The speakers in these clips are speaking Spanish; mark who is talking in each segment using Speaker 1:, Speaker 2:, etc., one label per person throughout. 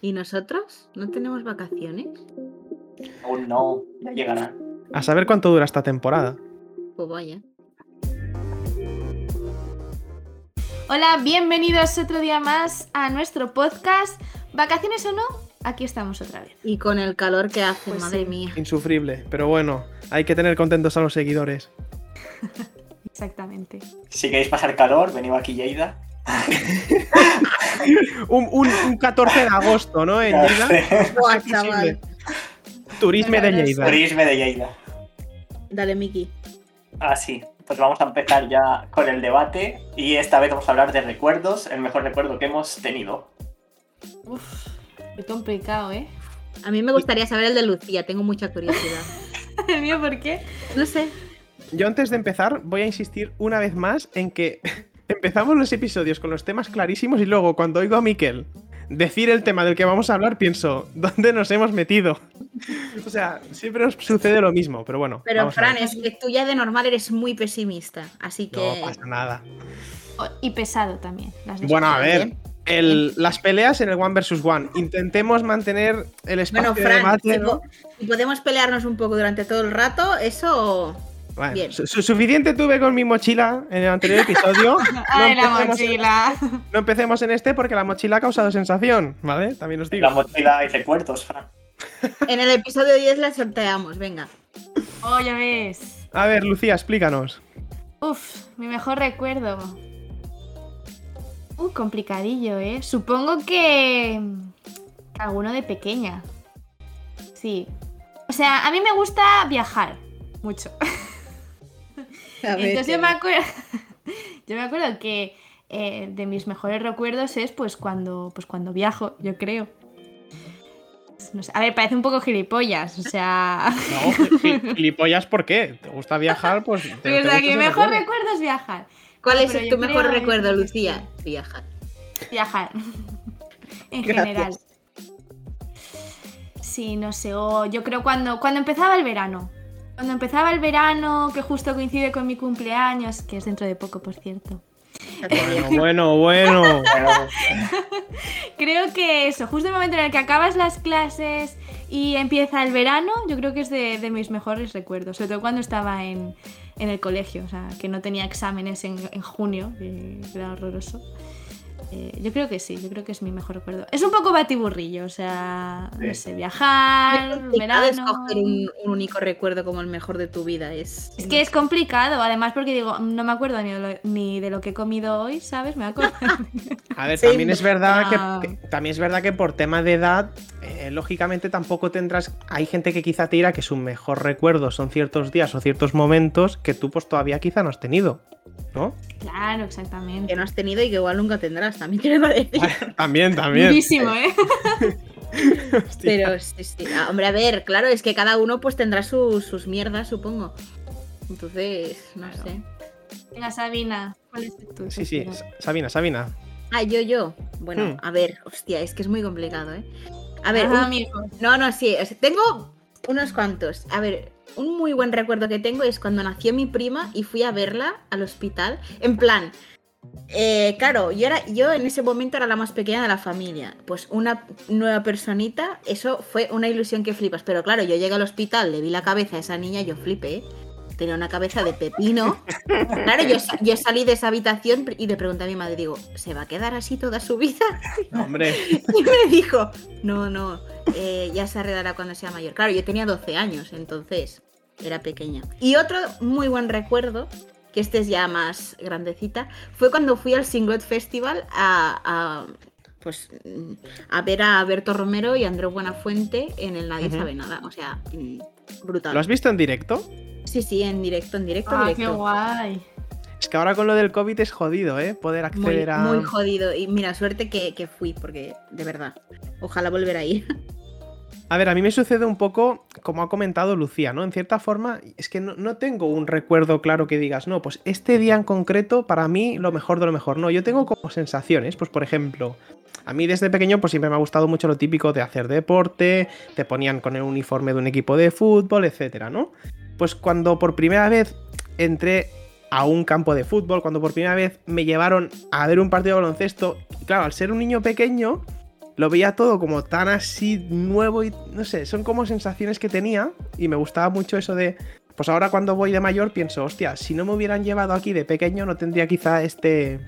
Speaker 1: ¿Y nosotros? ¿No tenemos vacaciones?
Speaker 2: Aún no, ya llegará.
Speaker 3: A saber cuánto dura esta temporada.
Speaker 1: Pues vaya.
Speaker 4: Hola, bienvenidos otro día más a nuestro podcast. ¿Vacaciones o no? Aquí estamos otra vez.
Speaker 1: Y con el calor que hace,
Speaker 4: Pues
Speaker 1: madre
Speaker 4: sí.
Speaker 1: mía.
Speaker 3: Insufrible, pero bueno, hay que tener contentos a los seguidores.
Speaker 4: Exactamente.
Speaker 2: Si queréis pasar calor, venid aquí Lleida.
Speaker 3: Un, un- un 14 de agosto, ¿no? En Lleida.
Speaker 1: Buah,
Speaker 3: Accesible. Turismo
Speaker 4: Bueno,
Speaker 3: de
Speaker 4: ahora
Speaker 3: Lleida.
Speaker 2: Turisme de Lleida.
Speaker 1: Dale, Miki.
Speaker 2: Ah, sí. Pues vamos a empezar ya con el debate y esta vez vamos a hablar de recuerdos, el mejor recuerdo que hemos tenido.
Speaker 4: Uf, qué complicado, ¿eh?
Speaker 1: A mí me gustaría saber el de Lucía, tengo mucha curiosidad.
Speaker 4: El mío, ¿por qué?
Speaker 1: No sé.
Speaker 3: Yo antes de empezar voy a insistir una vez más en que empezamos los episodios con los temas clarísimos y luego cuando oigo a Miquel decir el tema del que vamos a hablar pienso, ¿dónde nos hemos metido? O sea, siempre nos sucede lo mismo, pero bueno.
Speaker 1: Pero
Speaker 3: vamos a
Speaker 1: Fran,
Speaker 3: ver.
Speaker 1: es que tú ya de normal eres muy pesimista. Así que.
Speaker 3: No pues, pasa nada.
Speaker 4: O- Oh, Y pesado también. las dos
Speaker 3: Bueno, a
Speaker 4: cosas.
Speaker 3: ver. el- las peleas en el One versus One. Intentemos mantener el espacio
Speaker 1: bueno,
Speaker 3: de
Speaker 1: Fran,
Speaker 3: debate.
Speaker 1: si,
Speaker 3: ¿no?
Speaker 1: po- si podemos pelearnos un poco durante todo el rato, eso.
Speaker 3: Bueno,
Speaker 1: bien.
Speaker 3: su- su- suficiente tuve con mi mochila en el anterior episodio. No
Speaker 4: Ay, la
Speaker 3: empecemos en-
Speaker 4: mochila.
Speaker 3: No empecemos en este porque la mochila ha causado sensación, ¿vale? También os digo.
Speaker 2: La mochila y recuerdos, Fran.
Speaker 1: En el episodio 10 la sorteamos, venga.
Speaker 4: Oh, ya ves.
Speaker 3: A ver, Lucía, explícanos.
Speaker 4: Uf, mi mejor recuerdo. Uh, complicadillo, ¿eh? Supongo que... que alguno de pequeña. Sí. O sea, a mí me gusta viajar mucho.
Speaker 1: A ver,
Speaker 4: Entonces yo
Speaker 1: tío.
Speaker 4: me acuerdo, yo me acuerdo que eh, de mis mejores recuerdos es pues cuando, pues cuando viajo, yo creo. No sé, A ver, parece un poco gilipollas, o sea...
Speaker 3: No, gil- gil- gilipollas, ¿por qué? ¿Te gusta viajar? Pues. te- te
Speaker 4: Pero, o sea,
Speaker 3: gustan
Speaker 4: que mi
Speaker 3: esos
Speaker 4: mejor
Speaker 3: recuerdos.
Speaker 4: recuerdo es viajar.
Speaker 1: ¿Cuál es
Speaker 4: Pero yo
Speaker 1: tu mejor
Speaker 4: creo-
Speaker 1: recuerdo, Lucía? Viajar.
Speaker 4: Viajar. en
Speaker 1: Gracias.
Speaker 4: general. Sí, no sé. o yo creo cuando, cuando empezaba el verano. Cuando empezaba el verano, que justo coincide con mi cumpleaños, que es dentro de poco, por cierto.
Speaker 3: Bueno, bueno, bueno.
Speaker 2: Pero
Speaker 4: Creo que eso, justo el momento en el que acabas las clases y empieza el verano, yo creo que es de, de mis mejores recuerdos. Sobre todo cuando estaba en, en el colegio, o sea, que no tenía exámenes en, en junio, que era horroroso. Eh, yo creo que sí, yo creo que es mi mejor recuerdo. Es un poco batiburrillo, o sea, no
Speaker 2: Sí.
Speaker 4: sé,
Speaker 1: Es
Speaker 4: viajar,
Speaker 1: complicado
Speaker 4: verano.
Speaker 1: escoger un, un único recuerdo como el mejor de tu vida. Es,
Speaker 4: Es que es complicado, además porque digo, no me acuerdo ni de lo, ni de lo que he comido hoy, ¿sabes? Me acuerdo.
Speaker 3: A ver,
Speaker 1: Sí,
Speaker 3: también es verdad
Speaker 4: ah.
Speaker 3: que, que- también es verdad que por tema de edad, eh, lógicamente tampoco tendrás. Hay gente que quizá te dirá que su mejor recuerdo son ciertos días o ciertos momentos que tú pues todavía quizá no has tenido, ¿no?
Speaker 4: claro, exactamente.
Speaker 1: que no has tenido y que igual nunca tendrás, también te lo decir.
Speaker 3: También, también.
Speaker 4: Durísimo, ¿eh?
Speaker 3: Hostia.
Speaker 1: Pero sí, sí. Ah, hombre, a ver, claro, es que cada uno pues tendrá sus- sus mierdas, supongo. Entonces, no
Speaker 4: Claro.
Speaker 1: sé.
Speaker 4: Venga, Sabina, ¿cuál es tu?
Speaker 3: Sí, sí,
Speaker 4: tu-
Speaker 3: Sa- Sabina, Sabina.
Speaker 1: Ah, yo, yo. Bueno,
Speaker 3: Hmm.
Speaker 1: a ver, hostia, es que es muy complicado, ¿eh? A ver,
Speaker 4: Ajá,
Speaker 1: un-
Speaker 4: amigo.
Speaker 1: no, no, sí, o sea, tengo unos cuantos. A ver, un muy buen recuerdo que tengo es cuando nació mi prima y fui a verla al hospital. En plan, eh, claro, yo, era, yo en ese momento era la más pequeña de la familia. Pues una nueva personita, eso fue una ilusión que flipas. Pero claro, yo llegué al hospital, le vi la cabeza a esa niña y yo flipé, ¿eh? Tenía una cabeza de pepino. Claro, yo, sa- yo salí de esa habitación y le pregunté a mi madre, digo, ¿se va a quedar así toda su vida?
Speaker 3: Hombre,
Speaker 1: Y me dijo, no, no, eh, ya se arreglará cuando sea mayor. Claro, yo tenía 12 años, entonces era pequeña. Y otro muy buen recuerdo, que este es ya más grandecita, fue cuando fui al Singlet Festival a, a, pues, mm, a ver a Berto Romero y a Andrés Buenafuente en el Nadie
Speaker 3: Ujú.
Speaker 1: Sabe Nada. O sea, mm, brutal.
Speaker 3: ¿lo has visto en directo?
Speaker 1: Sí, sí, en directo, en directo,
Speaker 4: Ah, qué
Speaker 1: directo.
Speaker 4: guay.
Speaker 3: Es que ahora con lo del COVID es jodido, ¿eh? Poder
Speaker 1: Muy,
Speaker 3: acceder a.
Speaker 1: muy jodido. Y mira, suerte que, que fui, porque de verdad, ojalá volver a ir.
Speaker 3: A ver, a mí me sucede un poco, como ha comentado Lucía, ¿no? En cierta forma, es que no, no tengo un recuerdo claro que digas, no, pues este día en concreto, para mí, lo mejor de lo mejor. No, yo tengo como sensaciones, pues por ejemplo, a mí desde pequeño, pues siempre me ha gustado mucho lo típico de hacer deporte, te ponían con el uniforme de un equipo de fútbol, etcétera, ¿no? Pues cuando por primera vez entré a un campo de fútbol, cuando por primera vez me llevaron a ver un partido de baloncesto, y claro, al ser un niño pequeño, lo veía todo como tan así nuevo y no sé, son como sensaciones que tenía y me gustaba mucho eso de, pues ahora cuando voy de mayor pienso, hostia, si no me hubieran llevado aquí de pequeño no tendría quizá este,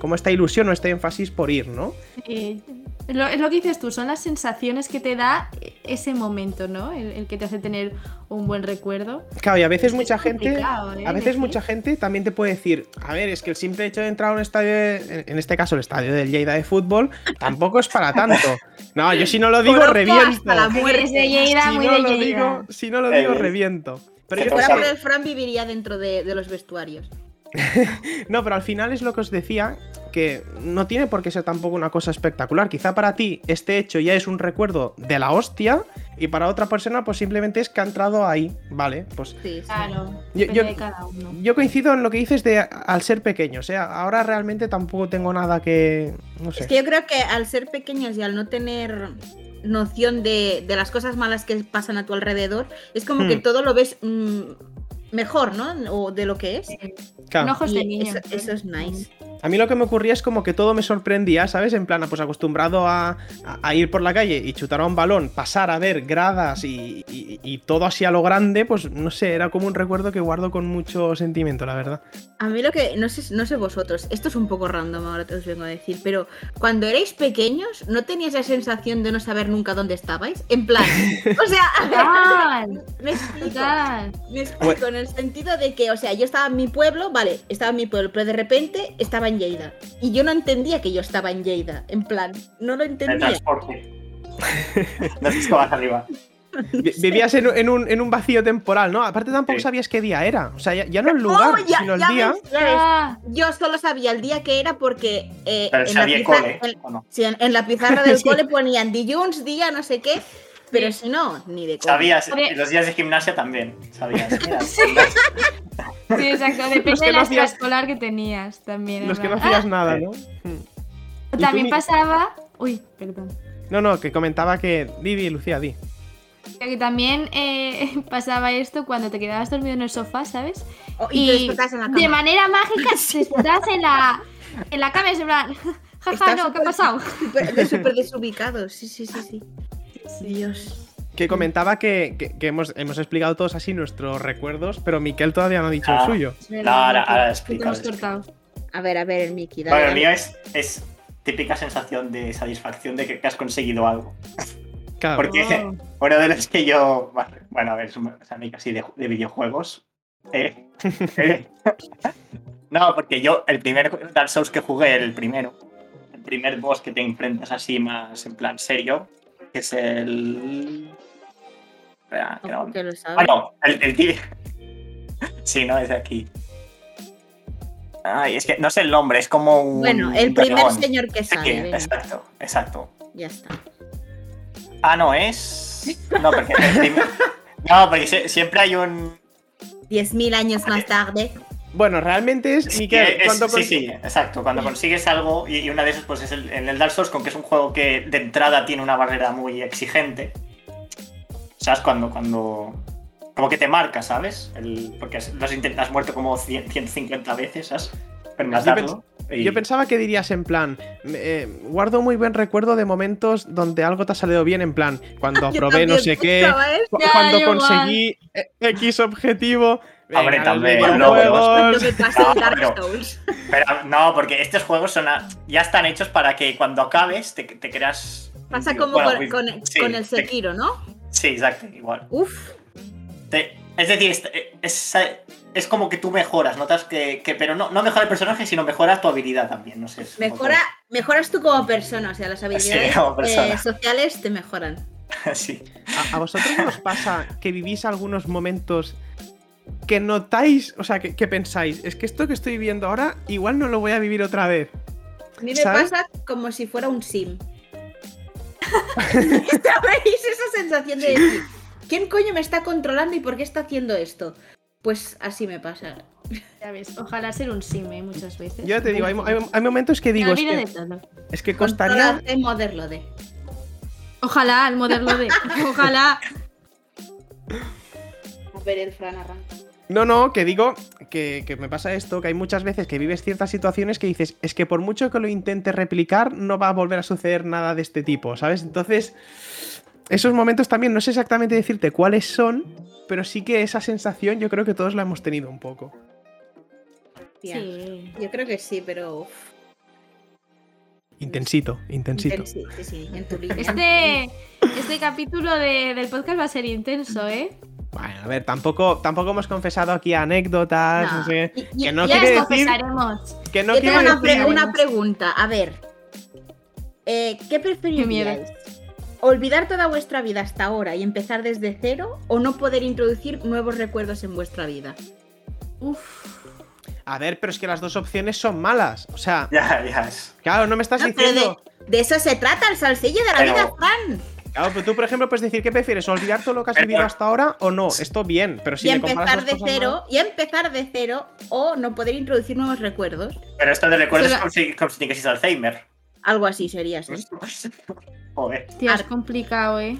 Speaker 3: como esta ilusión o este énfasis por ir, ¿no?
Speaker 4: Eh, lo, es lo que dices tú, son las sensaciones que te da ese momento, ¿no? El, el que te hace tener un buen recuerdo.
Speaker 3: Claro, y a veces
Speaker 4: Es
Speaker 3: mucha gente,
Speaker 4: complicado, ¿eh?
Speaker 3: a veces
Speaker 4: Decir.
Speaker 3: mucha gente también te puede decir, a ver, es que el simple hecho de entrar a un estadio, de- en- en este caso el estadio del Lleida de fútbol, tampoco es para tanto. No, yo si no lo digo
Speaker 1: Europa
Speaker 3: reviento.
Speaker 1: hasta la
Speaker 4: Muy
Speaker 1: muerte.
Speaker 4: de Lleida,
Speaker 3: Si
Speaker 4: muy
Speaker 3: no
Speaker 4: de
Speaker 3: lo
Speaker 4: Lleida.
Speaker 3: digo, si no lo digo
Speaker 2: Eh,
Speaker 3: reviento.
Speaker 2: se
Speaker 3: Pero yo
Speaker 1: Si fuera
Speaker 2: Cosa
Speaker 3: creo
Speaker 1: por
Speaker 2: que-
Speaker 1: el Fran viviría dentro de, de los vestuarios.
Speaker 3: No, pero al final es lo que os decía, que no tiene por qué ser tampoco una cosa espectacular. Quizá para ti este hecho ya es un recuerdo de la hostia y para otra persona pues simplemente es que ha entrado ahí, ¿vale? Pues
Speaker 1: Sí, sí.
Speaker 4: Claro,
Speaker 3: Yo-
Speaker 4: depende
Speaker 3: yo-
Speaker 4: de cada uno.
Speaker 3: yo coincido en lo que dices de a- al ser pequeño, o sea, ahora realmente tampoco tengo nada que... No sé.
Speaker 1: Es que yo creo que al ser pequeños y al no tener noción de, de las cosas malas que pasan a tu alrededor, es como
Speaker 3: Hmm.
Speaker 1: que todo lo ves mm, mejor, ¿no? O de lo que es.
Speaker 3: Claro.
Speaker 4: Con ojos de
Speaker 1: Y
Speaker 4: niño.
Speaker 1: eso, eso es nice.
Speaker 3: A mí lo que me ocurría es como que todo me sorprendía, ¿sabes? En plan, pues acostumbrado a, a- a ir por la calle y chutar a un balón, pasar a ver gradas y, y- y todo así a lo grande, pues no sé, era como un recuerdo que guardo con mucho sentimiento, la verdad.
Speaker 1: A mí lo que, no sé, no sé vosotros, esto es un poco random ahora te os vengo a decir, pero cuando erais pequeños, ¿no teníais la sensación de no saber nunca dónde estabais? En plan, o sea, a ver,
Speaker 4: Total,
Speaker 1: me explico.
Speaker 4: total.
Speaker 1: Me explico, en el sentido de que, o sea, yo estaba en mi pueblo, vale, estaba en mi pueblo, pero de repente estaba en Lleida. Y yo no entendía que yo estaba en Lleida, en plan, no lo
Speaker 2: El
Speaker 1: entendía.
Speaker 2: transporte. No sé más arriba.
Speaker 3: Vi- Vivías en, un- en un, en un vacío temporal, ¿no? Aparte tampoco
Speaker 2: Sí.
Speaker 3: sabías qué día era. O sea, ya, ya no el lugar,
Speaker 1: Oh, ya-
Speaker 3: sino el
Speaker 1: ya
Speaker 3: día.
Speaker 1: ves, ya ves.
Speaker 4: Ah,
Speaker 1: Yo solo sabía el día que era porque eh,
Speaker 2: Pero
Speaker 1: en,
Speaker 2: se
Speaker 1: la
Speaker 2: había
Speaker 1: pizarra,
Speaker 2: cole,
Speaker 1: en-
Speaker 2: ¿o no?
Speaker 1: sí, en- en la pizarra del
Speaker 3: Sí.
Speaker 1: cole ponían Dijuns, día, no sé qué, pero si no, ni de coña.
Speaker 2: Sabías,
Speaker 4: Hombre.
Speaker 2: y los días de gimnasia también, sabías. Mira,
Speaker 4: sí, exacto. Depende
Speaker 3: Los que
Speaker 4: de
Speaker 3: no
Speaker 4: la
Speaker 3: hacías-
Speaker 4: escolar que tenías también.
Speaker 3: Los que no
Speaker 4: ¿verdad?
Speaker 3: hacías nada,
Speaker 2: sí.
Speaker 3: ¿no? Mm.
Speaker 4: Ah,
Speaker 3: ¿Y tú,
Speaker 4: también
Speaker 3: Mi-
Speaker 4: pasaba. Uy, perdón.
Speaker 3: No, no, que comentaba que... Di, di, Lucía, di.
Speaker 4: Que también eh, pasaba esto cuando te quedabas dormido en el sofá, ¿sabes?
Speaker 1: O- Oh, y, te
Speaker 4: Y
Speaker 1: despertabas en la
Speaker 4: de
Speaker 1: cama.
Speaker 4: manera mágica te despertabas en la, en la cama y es en plan, jaja,
Speaker 1: Estás
Speaker 4: no, ¿qué ha
Speaker 1: súper-
Speaker 4: pasado?
Speaker 1: Súper- de súper desubicado, sí, sí, sí, sí. Dios.
Speaker 3: Que comentaba que, que- que hemos, hemos explicado todos así nuestros recuerdos, pero Miquel todavía no ha dicho
Speaker 2: Ah.
Speaker 3: el suyo.
Speaker 2: No, ahora- ahora explica,
Speaker 4: Hemos
Speaker 2: ahora
Speaker 4: cortado.
Speaker 1: A ver, a ver, el Mickey. dale,
Speaker 2: Bueno, el
Speaker 1: dale.
Speaker 2: mío es, es típica sensación de satisfacción de que has conseguido algo.
Speaker 3: Claro.
Speaker 2: Porque
Speaker 4: Oh.
Speaker 2: uno de los que yo. Bueno, a ver, es un amigo así de, de videojuegos. Eh, eh. No, porque yo, el primer Dark Souls que jugué, el primero, el primer boss que te enfrentas así más en plan serio, que es el. Espera, ¿qué
Speaker 1: Ojo
Speaker 2: nombre?
Speaker 1: Oh, que lo sabes.
Speaker 2: Ah, no, el, el tibia. Sí, no, es de aquí. Ay, es que no sé el nombre, es como un.
Speaker 1: Bueno, el primer
Speaker 2: dragón.
Speaker 1: señor que
Speaker 2: Sí,
Speaker 1: sale. venga,
Speaker 2: exacto, exacto.
Speaker 1: ya está.
Speaker 2: Ah, no, es. No, porque. el primer- No, porque se- siempre hay un.
Speaker 1: Diez mil años más tarde.
Speaker 3: Bueno, realmente es Miquel.
Speaker 2: Sí, es-
Speaker 3: ¿cuánto
Speaker 2: sí,
Speaker 3: cons-
Speaker 2: sí, exacto. Cuando consigues algo, y, y una de esas, pues es el, en el Dark Souls, con que es un juego que de entrada tiene una barrera muy exigente. ¿Sabes? Cuando. cuando como que te marca, ¿sabes? El- porque has- lo has, intent- has muerto como 100 150 veces, ¿sabes? Pero no has
Speaker 3: Yo
Speaker 2: dado, y-
Speaker 3: Yo pensaba que dirías en plan, eh, guardo muy buen recuerdo de momentos donde algo te ha salido bien, en plan, cuando
Speaker 1: Yo
Speaker 3: aprobé no
Speaker 1: también
Speaker 3: sé qué,
Speaker 1: pensaba eso.
Speaker 3: cu-
Speaker 4: Ya,
Speaker 3: cuando
Speaker 4: yo
Speaker 3: conseguí eh, X objetivo.
Speaker 2: Hombre,
Speaker 3: venga, los
Speaker 2: también,
Speaker 1: Cuando
Speaker 3: videojuegos.
Speaker 1: me pasé el
Speaker 2: No,
Speaker 1: Dark
Speaker 2: pero-
Speaker 1: Souls.
Speaker 2: Pero no, porque estos juegos son a- ya están hechos para que cuando acabes te, te creas.
Speaker 1: Pasa
Speaker 2: digo,
Speaker 1: como
Speaker 2: bueno,
Speaker 1: con,
Speaker 2: muy-
Speaker 1: con-
Speaker 2: sí,
Speaker 1: con el
Speaker 2: te-
Speaker 1: Sekiro, ¿no?
Speaker 2: sí, exacto, igual.
Speaker 1: Uf.
Speaker 2: Te- es decir, es, es, es como que tú mejoras, notas que. que- pero no, no mejora el personaje, sino mejora tu habilidad también, no sé. es como
Speaker 1: Mejora, mejoras tú como persona, o sea, las habilidades
Speaker 2: como persona.
Speaker 1: eh, sociales te mejoran.
Speaker 2: todo. sí.
Speaker 3: ¿A, a vosotros nos pasa que vivís algunos momentos que notáis, o sea, que, que pensáis, es que esto que estoy viviendo ahora igual no lo voy a vivir otra vez?
Speaker 1: A mí me
Speaker 3: ¿Sabes?
Speaker 1: pasa como si fuera un sim. ¿Sabéis esa sensación de decir, ¿quién coño me está controlando y por qué está haciendo esto? Pues así me pasa.
Speaker 4: Ya ves, ojalá ser un sime muchas veces.
Speaker 3: Yo te digo, hay, mo- hay- hay momentos que
Speaker 4: Me
Speaker 3: digo, es
Speaker 4: olvido
Speaker 3: que,
Speaker 4: de todo.
Speaker 3: es que costaría,
Speaker 1: Controlarte, moderlo de.
Speaker 4: Ojalá, el modelo de. Ojalá.
Speaker 1: A ver, el Fran arranca.
Speaker 3: No, no, que digo que, que me pasa esto, que hay muchas veces que vives ciertas situaciones que dices, es que por mucho que lo intente replicar, no va a volver a suceder nada de este tipo, ¿sabes? Entonces, esos momentos también, no sé exactamente decirte cuáles son, pero sí que esa sensación yo creo que todos la hemos tenido un poco.
Speaker 1: Tía,
Speaker 4: Sí.
Speaker 1: Yo creo que sí, pero. uf,
Speaker 3: Intensito, intensito.
Speaker 1: intensi- sí, sí, en tu línea.
Speaker 4: Este, este capítulo de- del podcast va a ser intenso, ¿eh?
Speaker 3: Bueno, a ver, tampoco, tampoco hemos confesado aquí anécdotas, no
Speaker 1: No.
Speaker 3: sé qué.
Speaker 1: Y- y-
Speaker 3: Ah, que no
Speaker 4: Ya
Speaker 3: quiere
Speaker 4: les
Speaker 3: decir-
Speaker 4: confesaremos.
Speaker 3: Que no
Speaker 1: Yo
Speaker 3: quiere
Speaker 1: tengo una, pre-
Speaker 3: decir-
Speaker 1: una pregunta, a ver. Eh, ¿Qué
Speaker 4: Qué miedo.
Speaker 1: preferiríais? ¿Olvidar toda vuestra vida hasta ahora y empezar desde cero o no poder introducir nuevos recuerdos en vuestra vida?
Speaker 4: Uf.
Speaker 3: A ver, pero es que las dos opciones son malas. O sea,
Speaker 2: Ya, ya. es-
Speaker 3: claro, no me estás
Speaker 1: No, Ah, pero
Speaker 3: diciendo.
Speaker 1: de, de eso se trata el salsillo de la
Speaker 2: Pero-
Speaker 1: vida, Fran.
Speaker 3: Claro, pero tú, por ejemplo, puedes decir, ¿qué prefieres? ¿Olvidar todo lo que has
Speaker 2: Pero-
Speaker 3: vivido hasta ahora o no? Esto bien, pero si
Speaker 1: y
Speaker 3: me comparas
Speaker 1: empezar
Speaker 3: dos
Speaker 1: de
Speaker 3: cosas
Speaker 1: cero,
Speaker 3: mal-
Speaker 1: y empezar de cero o no poder introducir nuevos recuerdos.
Speaker 2: Pero esto de recuerdos
Speaker 1: Solo-
Speaker 2: es como si, como si tuvieses Alzheimer.
Speaker 1: Algo así sería, ¿sí?
Speaker 2: Pues, Joder.
Speaker 4: Tía, es
Speaker 1: Ar-
Speaker 4: complicado, ¿eh?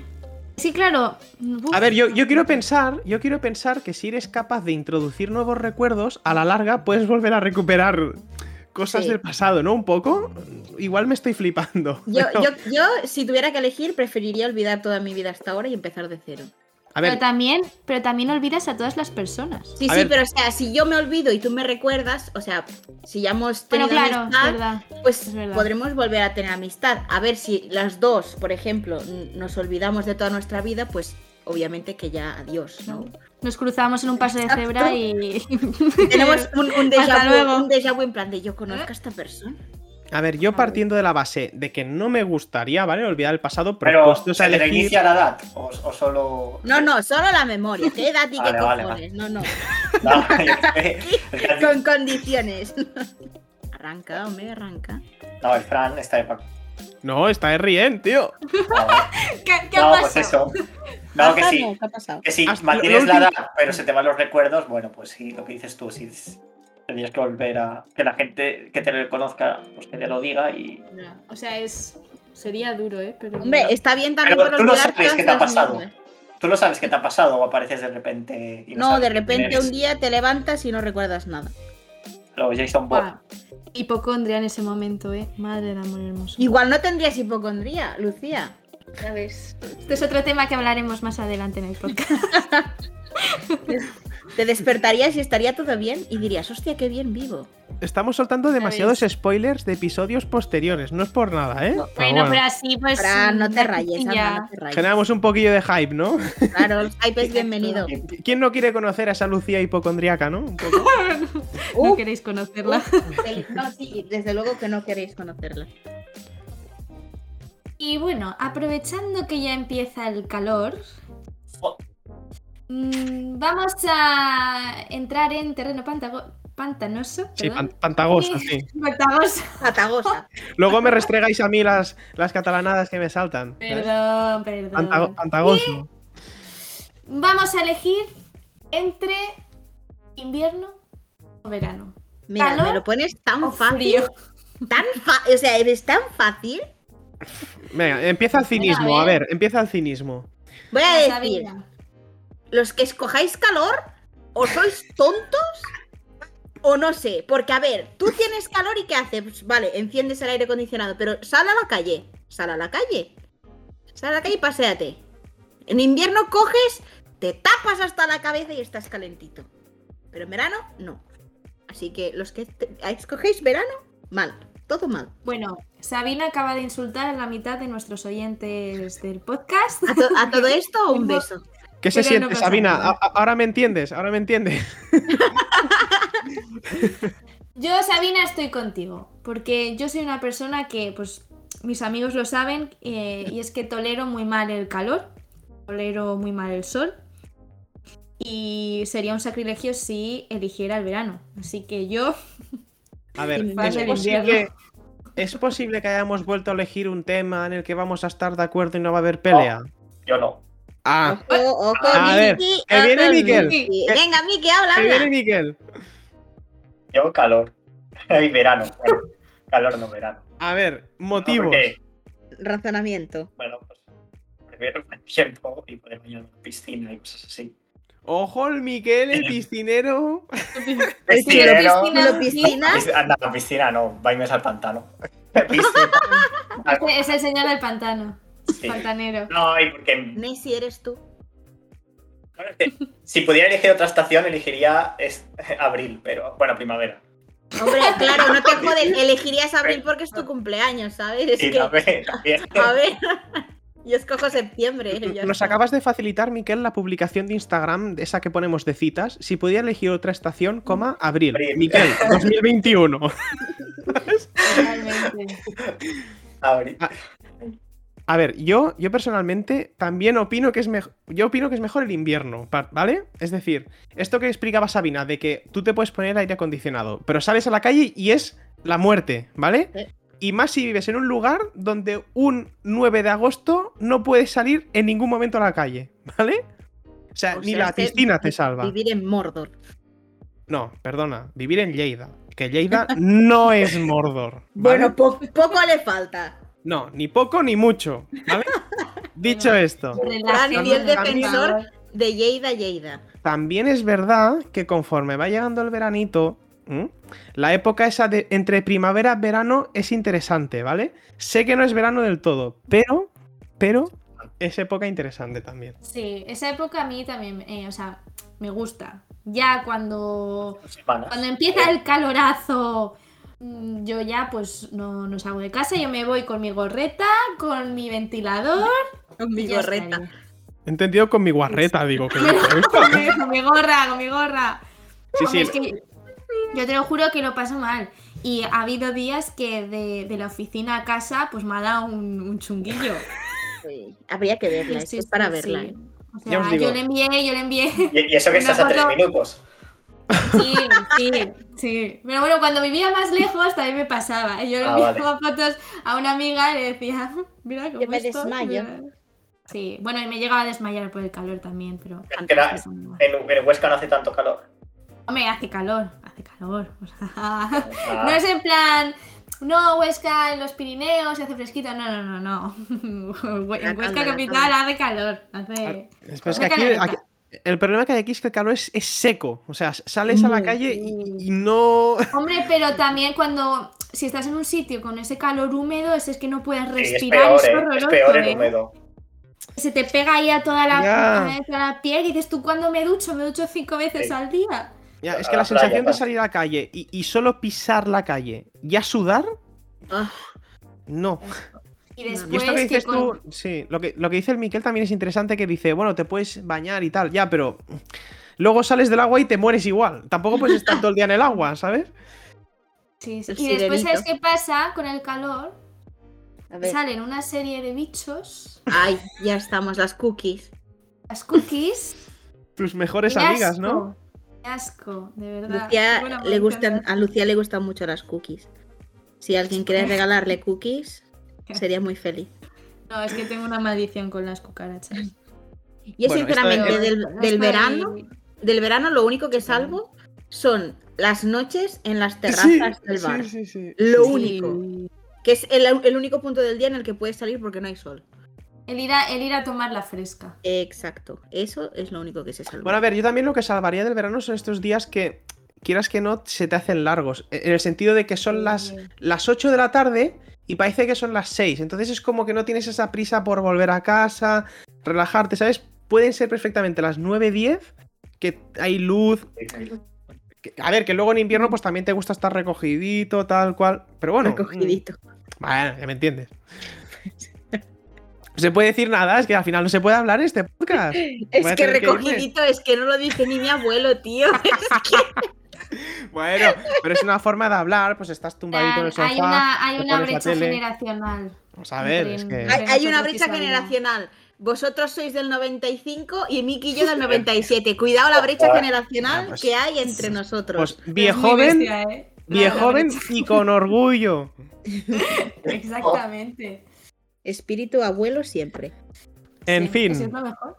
Speaker 4: Sí, claro. uf.
Speaker 3: A ver, yo, yo quiero pensar, yo quiero pensar que si eres capaz de introducir nuevos recuerdos, a la larga puedes volver a recuperar cosas
Speaker 1: Sí.
Speaker 3: del pasado, ¿no? Un poco. Igual me estoy flipando.
Speaker 1: Yo,
Speaker 3: pero-
Speaker 1: yo, yo, si tuviera que elegir, preferiría olvidar toda mi vida hasta ahora y empezar de cero.
Speaker 3: a
Speaker 4: Pero
Speaker 3: ver,
Speaker 4: también, pero también olvidas a todas las personas.
Speaker 1: Sí,
Speaker 3: A
Speaker 1: sí,
Speaker 3: ver.
Speaker 1: pero o sea, si yo me olvido y tú me recuerdas, o sea, si ya hemos tenido
Speaker 4: Bueno, claro, es
Speaker 1: amistad,
Speaker 4: verdad.
Speaker 1: pues
Speaker 4: es verdad.
Speaker 1: podremos volver a tener amistad. A ver si las dos, por ejemplo, n- nos olvidamos de toda nuestra vida, pues obviamente que ya adiós, ¿no?
Speaker 4: Nos cruzamos en un paso de
Speaker 1: Exacto.
Speaker 4: cebra y.
Speaker 1: Tenemos un, un déjà
Speaker 4: Hasta
Speaker 1: vu,
Speaker 4: luego.
Speaker 1: un déjà vu en plan de yo conozco a esta persona.
Speaker 3: a ver, yo partiendo de la base de que no me gustaría, ¿vale? Olvidar el pasado, pero,
Speaker 2: Pero
Speaker 3: puestos a
Speaker 2: se te
Speaker 3: elegir-
Speaker 2: reinicia la edad o, o solo.
Speaker 1: No, no, solo la memoria. ¿Qué edad y qué
Speaker 2: Vale, vale,
Speaker 1: cojones? No, no.
Speaker 2: No, yo qué sé. Es que-
Speaker 1: Con condiciones. arranca, hombre, arranca.
Speaker 2: No, el Fran está de pa-
Speaker 3: No, está de rien, tío.
Speaker 4: ¿Qué,
Speaker 2: No, pues eso. No, que sí.
Speaker 1: ¿Qué ha pasado?
Speaker 2: Que si
Speaker 3: Hasta lo-
Speaker 2: mantienes
Speaker 3: lo
Speaker 2: la edad,
Speaker 3: último-
Speaker 2: pero se te van los recuerdos, bueno, pues sí, lo que dices tú, sí. es- Tendrías que volver a que la gente que te reconozca, pues que te lo diga y.
Speaker 4: O sea, es. Sería duro, ¿eh? Pero...
Speaker 1: Hombre, está bien también
Speaker 2: Pero
Speaker 1: por
Speaker 2: tú no
Speaker 1: olvidar
Speaker 2: sabes
Speaker 1: todas
Speaker 2: qué te ha
Speaker 1: las
Speaker 2: pasado.
Speaker 1: mierdas.
Speaker 2: Tú no sabes qué te ha pasado o apareces de repente. y
Speaker 1: No,
Speaker 2: sabes
Speaker 1: de
Speaker 2: quién
Speaker 1: repente
Speaker 2: eres.
Speaker 1: un día te levantas y no recuerdas nada.
Speaker 2: Lo Jason Bourne.
Speaker 1: Ah.
Speaker 4: Buah, Hipocondria en ese momento, ¿eh? Madre del amor hermoso.
Speaker 1: Igual no tendrías hipocondría, Lucía.
Speaker 4: Ya ves. Este es otro tema que hablaremos más adelante en el podcast.
Speaker 1: Te despertarías y estaría todo bien y dirías, hostia, qué bien vivo.
Speaker 3: Estamos soltando demasiados spoilers de episodios posteriores, no es por nada, ¿eh?
Speaker 1: No,
Speaker 3: Pero
Speaker 4: bueno, pero así, pues.
Speaker 1: Fran, no te
Speaker 4: ya-
Speaker 1: rayes, anda, no
Speaker 4: ya.
Speaker 1: te rayes.
Speaker 3: Generamos un poquillo de hype, ¿no?
Speaker 1: Claro, el hype es bienvenido.
Speaker 2: Y-
Speaker 3: ¿Quién no quiere conocer a esa Lucía hipocondríaca, no? Un poco.
Speaker 1: Uh,
Speaker 4: No queréis conocerla.
Speaker 1: del- no, sí, desde luego que no queréis conocerla.
Speaker 4: Y bueno, aprovechando que ya empieza el calor,
Speaker 2: Oh.
Speaker 4: mm, vamos a entrar en terreno pantago- pantanoso.
Speaker 3: Sí,
Speaker 4: perdón.
Speaker 3: pan- pantagosa,
Speaker 4: Sí.
Speaker 3: sí.
Speaker 4: Pantagoso.
Speaker 1: Patagosa.
Speaker 4: Oh,
Speaker 3: Luego me restregáis a mí las, las catalanadas que me saltan. ¿eh?
Speaker 4: Perdón, perdón.
Speaker 3: Pantago- pantagoso.
Speaker 4: Vamos a elegir entre invierno o verano.
Speaker 1: Mira,
Speaker 4: ¿Calor
Speaker 1: me lo pones
Speaker 4: o
Speaker 1: tan fácil.
Speaker 4: frío.
Speaker 1: Tan fa- o sea, eres tan fácil.
Speaker 3: Venga, empieza el cinismo,
Speaker 4: Venga,
Speaker 3: a
Speaker 4: a
Speaker 3: ver.
Speaker 4: ver.
Speaker 3: empieza el cinismo.
Speaker 1: Voy a
Speaker 4: Vamos a
Speaker 1: decir,
Speaker 4: verla.
Speaker 1: los que escojáis calor, o sois tontos, o no sé. Porque, a ver, tú tienes calor y ¿qué haces? Pues, vale, enciendes el aire acondicionado, pero sal a la calle. Sal a la calle. Sal a la calle y paséate. En invierno coges, te tapas hasta la cabeza y estás calentito. Pero en verano, no. Así que los que te- escogéis verano, mal. Todo mal.
Speaker 4: Bueno, Sabina acaba de insultar a la mitad de nuestros oyentes del podcast.
Speaker 1: A, to- a todo esto, un beso.
Speaker 3: ¿Qué se
Speaker 4: Pero no
Speaker 3: siente,
Speaker 4: pasa
Speaker 3: Sabina?
Speaker 4: nada.
Speaker 3: A- a- ahora me entiendes, ahora me entiendes.
Speaker 4: Yo, Sabina, estoy contigo, porque yo soy una persona que, pues, mis amigos lo saben, eh, y es que tolero muy mal el calor, tolero muy mal el sol, y sería un sacrilegio si eligiera el verano. Así que yo,
Speaker 3: A ver,
Speaker 1: Sin
Speaker 3: es
Speaker 1: falta el
Speaker 3: posible,
Speaker 4: invierno.
Speaker 3: es posible que hayamos vuelto a elegir un tema en el que vamos a estar de acuerdo y no va a haber pelea.
Speaker 2: Yo no.
Speaker 3: Oh. Ah,
Speaker 1: Ojo, ojo,
Speaker 3: A ver,
Speaker 1: Miki,
Speaker 3: que viene
Speaker 1: ojo,
Speaker 3: Miquel.
Speaker 1: Miki. Venga, Miki, habla,
Speaker 3: que viene
Speaker 1: habla.
Speaker 3: Miguel.
Speaker 2: Yo calor. Y verano. bueno, calor no verano.
Speaker 3: A ver,
Speaker 2: No, porque,
Speaker 3: motivos.
Speaker 1: Razonamiento.
Speaker 2: bueno, pues prefiero el tiempo y poder bañarme en la piscina y cosas así.
Speaker 3: Ojo el Miquel, el piscinero.
Speaker 2: Piscinero.
Speaker 1: Lo piscinas.
Speaker 2: Anda, la piscina no, vaime al pantano. Piscina.
Speaker 4: Este Es el señor del pantano.
Speaker 2: Sí.
Speaker 4: Pantanero.
Speaker 2: No, y porque
Speaker 1: Messi eres tú.
Speaker 2: Bueno, es que si pudiera elegir otra estación, elegiría es- abril, pero bueno, primavera.
Speaker 1: Hombre, claro, no te jodes. Elegirías abril porque es tu cumpleaños, ¿sabes? Es
Speaker 2: Sí,
Speaker 1: que,
Speaker 2: también. también.
Speaker 1: a ver. Yo escojo septiembre. ya
Speaker 3: Nos
Speaker 1: está.
Speaker 3: acabas de facilitar, Miquel, la publicación de Instagram, de esa que ponemos de citas. Si pudiera elegir otra estación, coma, abril.
Speaker 2: Abril.
Speaker 3: Miquel, 2021.
Speaker 4: Totalmente.
Speaker 2: Abril.
Speaker 3: A ver, yo, yo personalmente también opino que es mejor. Yo opino que es mejor el invierno, pa- ¿vale? Es decir, esto que explicaba Sabina, de que tú te puedes poner aire acondicionado, pero sales a la calle y es la muerte, ¿vale?
Speaker 1: Sí.
Speaker 3: Y más si vives en un lugar donde un 9 de agosto no puedes salir en ningún momento a la calle, ¿vale? O sea,
Speaker 1: O
Speaker 3: ni
Speaker 1: sea,
Speaker 3: la
Speaker 1: es que
Speaker 3: piscina te
Speaker 1: vi-
Speaker 3: salva.
Speaker 1: Vivir en Mordor.
Speaker 3: No, perdona, vivir en Lleida. Que Lleida no es Mordor. ¿vale?
Speaker 1: Bueno, po- poco le falta.
Speaker 3: No, ni poco ni mucho, ¿vale? Dicho esto.
Speaker 1: Fran, y el
Speaker 4: Relación, por
Speaker 1: defensor
Speaker 4: favor.
Speaker 1: de Lleida, Lleida.
Speaker 3: También es verdad que conforme va llegando el veranito, ¿m? la época esa de entre primavera y verano es interesante, ¿vale? Sé que no es verano del todo, pero, pero es época interesante también.
Speaker 4: Sí, esa época a mí también, eh, o sea, me gusta. Ya cuando,
Speaker 2: Semanas.
Speaker 4: cuando empieza el calorazo, mm, yo ya pues no, no salgo de casa, yo me voy con mi gorreta, con mi ventilador.
Speaker 1: Con
Speaker 4: y
Speaker 1: mi
Speaker 4: ya
Speaker 1: gorreta.
Speaker 4: estaría.
Speaker 3: He entendido con mi guarreta, digo que.
Speaker 4: con, mi, con mi gorra, con mi gorra.
Speaker 3: Sí,
Speaker 4: Hombre,
Speaker 3: sí.
Speaker 4: es que yo te lo juro que lo paso mal. Y ha habido días que de, de la oficina a casa pues me ha dado un, un chunguillo.
Speaker 1: Sí, Habría que verla,
Speaker 4: Sí,
Speaker 1: es
Speaker 4: sí,
Speaker 1: para
Speaker 4: sí.
Speaker 1: verla. ¿eh?
Speaker 3: Ya
Speaker 4: O sea,
Speaker 3: os digo.
Speaker 4: yo le envié, yo le envié.
Speaker 2: Y, y eso que
Speaker 4: Una
Speaker 2: estás a tres
Speaker 4: foto-
Speaker 2: minutos.
Speaker 4: Sí, sí, sí. Pero bueno, cuando vivía más lejos también me pasaba. Yo le
Speaker 2: Ah,
Speaker 4: enviaba fotos a una amiga y le decía, mira cómo
Speaker 1: Yo me
Speaker 4: estoy,
Speaker 1: desmayo".
Speaker 4: mira". Sí, bueno, y me llegaba a desmayar por el calor también, pero...
Speaker 2: Era- En, en Huesca no hace tanto calor.
Speaker 4: Hombre, hace calor, hace calor. o sea,
Speaker 2: Ah,
Speaker 4: no es en plan, no, Huesca en los Pirineos, hace fresquito. No, no, no, no. Hue-
Speaker 1: La
Speaker 4: En Huesca
Speaker 1: calma, la
Speaker 4: capital hace calor. Hace...
Speaker 3: Es que aquí- aquí- el problema que hay aquí es que el calor es, es seco. O sea, sales a la calle y, y no.
Speaker 4: Hombre, pero también cuando... Si estás en un sitio con ese calor húmedo, es, es que no puedes
Speaker 2: sí, es
Speaker 4: respirar.
Speaker 2: peor,
Speaker 4: es
Speaker 2: eh, es
Speaker 4: horroroso,
Speaker 2: peor
Speaker 4: ¿eh?
Speaker 2: el húmedo.
Speaker 4: se te pega ahí a toda la,
Speaker 3: Ya.
Speaker 4: a toda la piel y dices, ¿tú cuándo me ducho? Me ducho cinco veces
Speaker 2: Sí.
Speaker 4: al día.
Speaker 3: Ya, es
Speaker 2: A
Speaker 3: que la
Speaker 2: la playa,
Speaker 3: sensación de
Speaker 2: va.
Speaker 3: salir a la calle y, y solo pisar la calle y a sudar,
Speaker 1: Ah,
Speaker 3: no.
Speaker 4: Y
Speaker 1: Y
Speaker 4: después
Speaker 3: Y esto que dices
Speaker 4: con-
Speaker 3: tú, sí, lo que, lo que dice el Miquel también es interesante que dice, bueno, te puedes bañar y tal, ya, pero luego sales del agua y te mueres igual. Tampoco puedes estar todo el día en el agua, ¿sabes?
Speaker 4: Sí, sí.
Speaker 1: El
Speaker 4: Y después,
Speaker 1: sirenito.
Speaker 4: ¿sabes qué pasa con el calor?
Speaker 1: a ver.
Speaker 4: Salen una serie de bichos,
Speaker 1: Ay, ya estamos, las cookies.
Speaker 4: las cookies.
Speaker 3: Tus mejores
Speaker 4: Qué
Speaker 3: amigas,
Speaker 4: asco,
Speaker 3: ¿no?
Speaker 4: qué asco, de verdad.
Speaker 1: Lucía
Speaker 4: Bueno, me
Speaker 1: le gustan,
Speaker 4: encanta.
Speaker 1: a Lucía le gustan mucho las cookies. Si alguien quiere regalarle cookies, sería muy feliz.
Speaker 4: No, es que tengo una maldición con las cucarachas.
Speaker 1: Yo
Speaker 3: Bueno, esto-
Speaker 1: sinceramente
Speaker 4: Pero
Speaker 1: del,
Speaker 4: no
Speaker 1: del
Speaker 4: estoy-
Speaker 1: verano, del verano lo único que salvo son las noches en las
Speaker 3: Sí,
Speaker 1: terrazas del
Speaker 3: sí,
Speaker 1: bar.
Speaker 3: sí, sí.
Speaker 1: Lo
Speaker 4: Sí.
Speaker 1: único, que es el, el único punto del día en el que puedes salir porque no hay sol.
Speaker 4: El ir a, el ir a tomar la fresca.
Speaker 1: Exacto, eso es lo único que se salva.
Speaker 3: Bueno, a ver, yo también lo que salvaría del verano son estos días que, quieras que no, se te hacen largos. E, En el sentido de que son las,
Speaker 4: Sí.
Speaker 3: las 8 de la tarde y parece que son las 6. Entonces es como que no tienes esa prisa por volver a casa, relajarte, ¿sabes? Pueden ser perfectamente las 9, 10, que hay luz. que- A ver, que luego en invierno pues también te gusta estar recogidito, tal cual. Pero bueno.
Speaker 1: Recogidito.
Speaker 3: mm, Bueno, ya me entiendes. No se puede decir nada, es que al final no se puede hablar en este podcast. Voy
Speaker 1: Es
Speaker 3: a
Speaker 1: que
Speaker 3: tener que irme.
Speaker 1: recogidito, es que no lo dice ni mi abuelo, tío.
Speaker 3: Bueno, pero es una forma de hablar, pues estás tumbadito en el sofá.
Speaker 4: hay una, hay
Speaker 3: te
Speaker 4: una
Speaker 3: pones la
Speaker 4: brecha
Speaker 3: tele.
Speaker 4: generacional.
Speaker 3: Vamos a ver, es
Speaker 4: entre-
Speaker 3: que.
Speaker 1: Hay, hay una
Speaker 4: Nosotros
Speaker 1: brecha
Speaker 4: sí sabemos.
Speaker 1: generacional. Vosotros sois del 95 y Miki y yo del 97. Cuidado la brecha
Speaker 2: Ah,
Speaker 1: generacional
Speaker 3: pues-
Speaker 1: que hay entre nosotros.
Speaker 3: Pues
Speaker 4: Es muy
Speaker 3: viejoven,
Speaker 4: bestia, ¿eh? La- la
Speaker 3: viejoven y con orgullo.
Speaker 4: Exactamente.
Speaker 1: Espíritu abuelo siempre.
Speaker 3: En
Speaker 4: Sí,
Speaker 3: fin.
Speaker 4: eso es lo mejor.